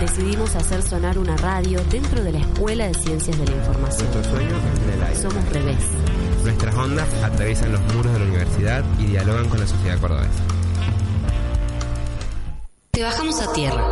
Decidimos hacer sonar una radio dentro de la Escuela de Ciencias de la Información. Nuestros sueños en el aire. Somos revés. Nuestras ondas atraviesan los muros de la universidad y dialogan con la sociedad cordobesa. Te bajamos a tierra.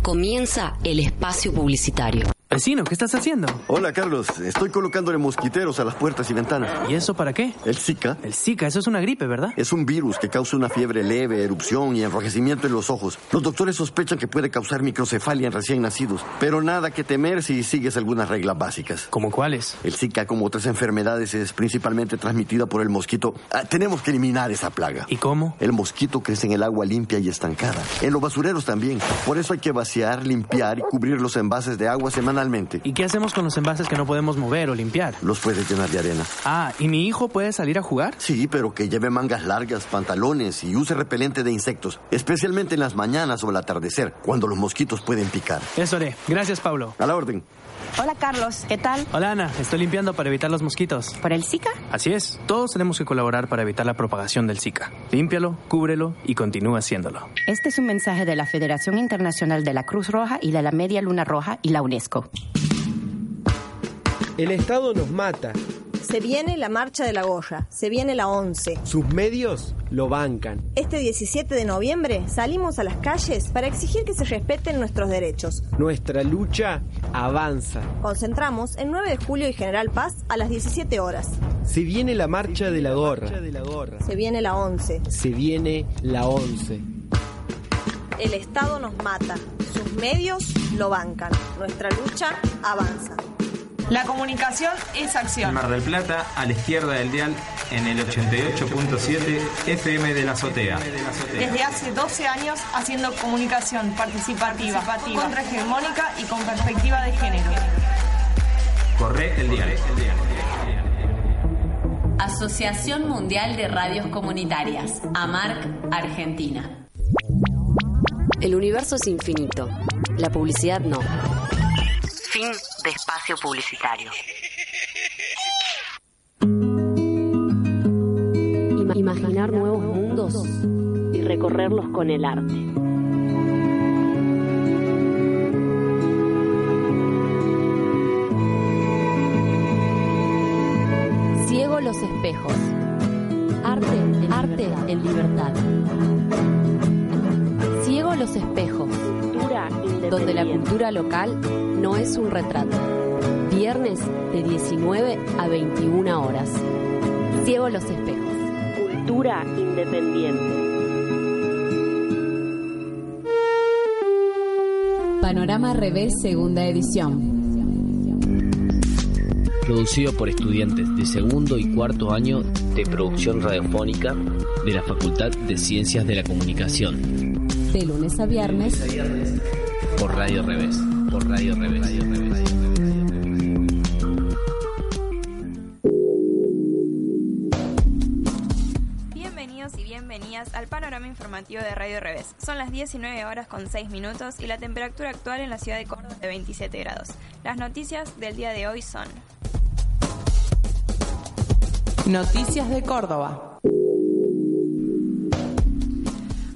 Comienza el espacio publicitario. Vecino, ¿qué estás haciendo? Hola Carlos, estoy colocándole mosquiteros a las puertas y ventanas. ¿Y eso para qué? El Zika El Zika, eso es una gripe, ¿verdad? es un virus que causa una fiebre leve, erupción y enrojecimiento en los ojos. Los doctores sospechan que puede causar microcefalia en recién nacidos, pero nada que temer si sigues algunas reglas básicas. ¿Como cuáles? El Zika, como otras enfermedades, es principalmente transmitida por el mosquito. Ah, tenemos que eliminar esa plaga. ¿Y cómo? El mosquito crece en el agua limpia y estancada. En los basureros también. Por eso hay que vaciar, limpiar y cubrir los envases de agua semanalmente. ¿Y qué hacemos con los envases que no podemos mover o limpiar? Los puedes llenar de arena. Ah, ¿y mi hijo puede salir a jugar? Sí, pero que lleve mangas largas, pantalones y use repelente de insectos, especialmente en las mañanas o al atardecer, cuando los mosquitos pueden picar. Eso haré. Gracias, Pablo. A la orden. Hola Carlos, ¿qué tal? Hola, Ana. Estoy limpiando para evitar los mosquitos. ¿Por el Zika? Así es. Todos tenemos que colaborar para evitar la propagación del Zika. Límpialo, cúbrelo y continúa haciéndolo. Este es un mensaje de la Federación Internacional de la Cruz Roja y de la Media Luna Roja y la UNESCO. El Estado nos mata, Se viene la marcha de la Goya, se viene la 11. sus medios lo bancan. Este 17 de noviembre salimos a las calles para exigir que se respeten nuestros derechos. Nuestra lucha avanza. Concentramos en 9 de julio y General Paz a las 17 horas. Se viene la marcha de la gorra. Se viene la 11. Se viene la once. El Estado nos mata, sus medios lo bancan. Nuestra lucha avanza. La comunicación es En acción. Mar del Plata, a la izquierda del dial, en el 88.7 FM de la azotea. Desde hace 12 años haciendo comunicación participativa, contrahegemónica y con perspectiva de género. Corre el dial. Asociación Mundial de Radios Comunitarias, AMARC, Argentina. El universo es infinito. La publicidad no. Fin de espacio publicitario. Ima- Imaginar nuevos mundos y recorrerlos con el arte. Ciego los espejos. Arte, arte en libertad. Ciego los espejos. donde la cultura local no es un retrato. Viernes de 19 a 21 horas. Ciego los espejos. Cultura independiente. Panorama Revés, segunda edición. producido por estudiantes de segundo y cuarto año de producción radiofónica de la Facultad de Ciencias de la Comunicación, De lunes a viernes, por Radio Revés, por Radio Revés. Radio Revés, Radio Revés, Radio Revés. Bienvenidos y bienvenidas al panorama informativo de Radio Revés. Son las 19 horas con 6 minutos y la temperatura actual en la ciudad de Córdoba es de 27 grados. Las noticias del día de hoy son... Noticias de Córdoba.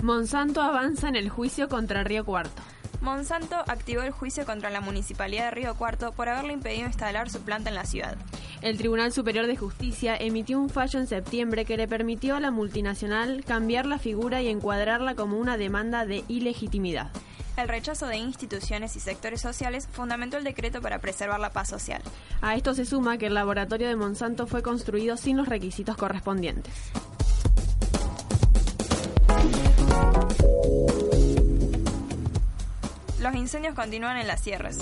Monsanto avanza en el juicio contra Río Cuarto. Monsanto activó el juicio contra la Municipalidad de Río Cuarto por haberle impedido instalar su planta en la ciudad. El Tribunal Superior de Justicia emitió un fallo en septiembre que le permitió a la multinacional cambiar la figura y encuadrarla como una demanda de ilegitimidad. El rechazo de instituciones y sectores sociales fundamentó el decreto para preservar la paz social. A esto se suma que el laboratorio de Monsanto fue construido sin los requisitos correspondientes. Los incendios continúan en las sierras.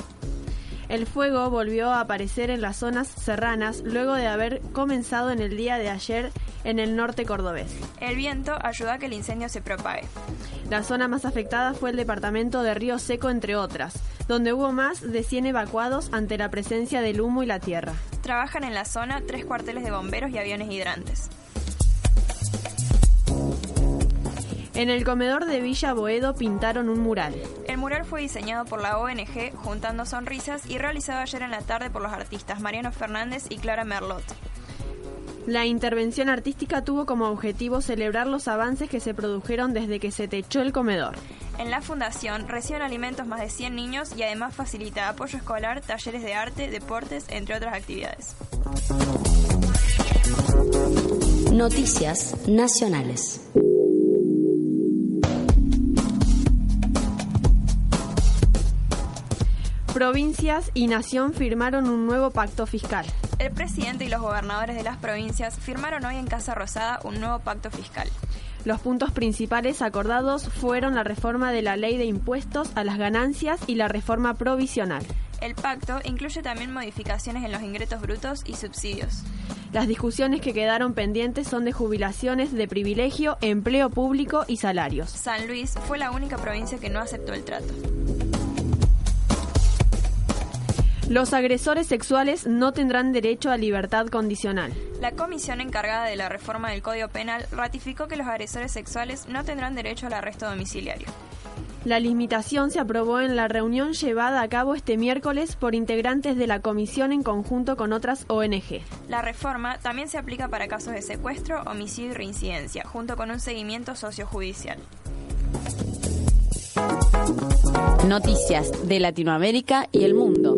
El fuego volvió a aparecer en las zonas serranas luego de haber comenzado en el día de ayer en el norte cordobés. El viento ayudó a que el incendio se propague. La zona más afectada fue el departamento de Río Seco, entre otras, donde hubo más de 100 evacuados ante la presencia del humo y la tierra. Trabajan en la zona tres cuarteles de bomberos y aviones hidrantes. En el comedor de Villa Boedo pintaron un mural. El mural fue diseñado por la ONG Juntando Sonrisas y realizado ayer en la tarde por los artistas Mariano Fernández y Clara Merlot. La intervención artística tuvo como objetivo celebrar los avances que se produjeron desde que se techó el comedor. En la fundación reciben alimentos más de 100 niños y además facilita apoyo escolar, talleres de arte, deportes, entre otras actividades. Noticias nacionales. Provincias y Nación firmaron un nuevo pacto fiscal. El presidente y los gobernadores de las provincias firmaron hoy en Casa Rosada un nuevo pacto fiscal. Los puntos principales acordados fueron la reforma de la ley de impuestos a las ganancias y la reforma provisional. El pacto incluye también modificaciones en los ingresos brutos y subsidios. Las discusiones que quedaron pendientes son de jubilaciones de privilegio, empleo público y salarios. San Luis fue la única provincia que no aceptó el trato. Los agresores sexuales no tendrán derecho a libertad condicional. La comisión encargada de la reforma del Código Penal ratificó que los agresores sexuales no tendrán derecho al arresto domiciliario. La limitación se aprobó en la reunión llevada a cabo este miércoles por integrantes de la comisión en conjunto con otras ONG. La reforma también se aplica para casos de secuestro, homicidio y reincidencia, junto con un seguimiento sociojudicial. Noticias de Latinoamérica y el mundo.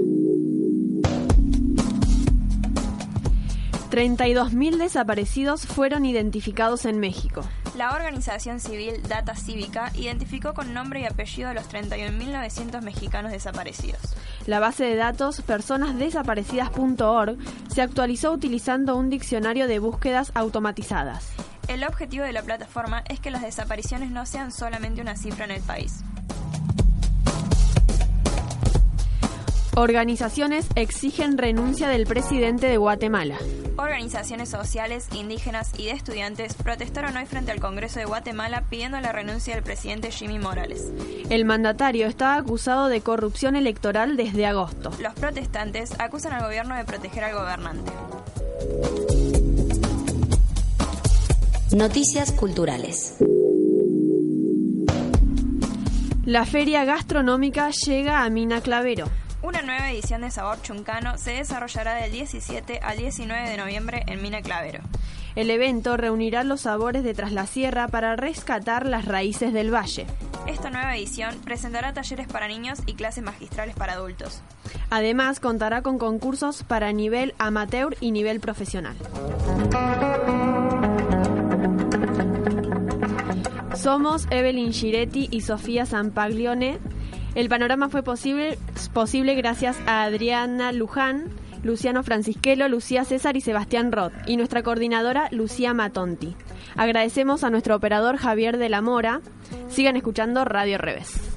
32.000 desaparecidos fueron identificados en México. La organización civil Data Cívica identificó con nombre y apellido a los 31.900 mexicanos desaparecidos. La base de datos personasdesaparecidas.org se actualizó utilizando un diccionario de búsquedas automatizadas. El objetivo de la plataforma es que las desapariciones no sean solamente una cifra en el país. Organizaciones exigen renuncia del presidente de Guatemala. Organizaciones sociales, indígenas y de estudiantes protestaron hoy frente al Congreso de Guatemala pidiendo la renuncia del presidente Jimmy Morales. El mandatario está acusado de corrupción electoral desde agosto. Los protestantes acusan al gobierno de proteger al gobernante. Noticias culturales. La feria gastronómica llega a Mina Clavero. Una nueva edición de Sabor Chuncano se desarrollará del 17 al 19 de noviembre en Mina Clavero. El evento reunirá los sabores de Tras la Sierra para rescatar las raíces del valle. Esta nueva edición presentará talleres para niños y clases magistrales para adultos. Además, contará con concursos para nivel amateur y nivel profesional. Somos Evelyn Giretti y Sofía Zampaglione. El panorama fue posible, posible gracias a Adriana Luján, Luciano Francisquelo, Lucía César y Sebastián Roth, y nuestra coordinadora Lucía Matonti. Agradecemos a nuestro operador Javier de la Mora. Sigan escuchando Radio Revés.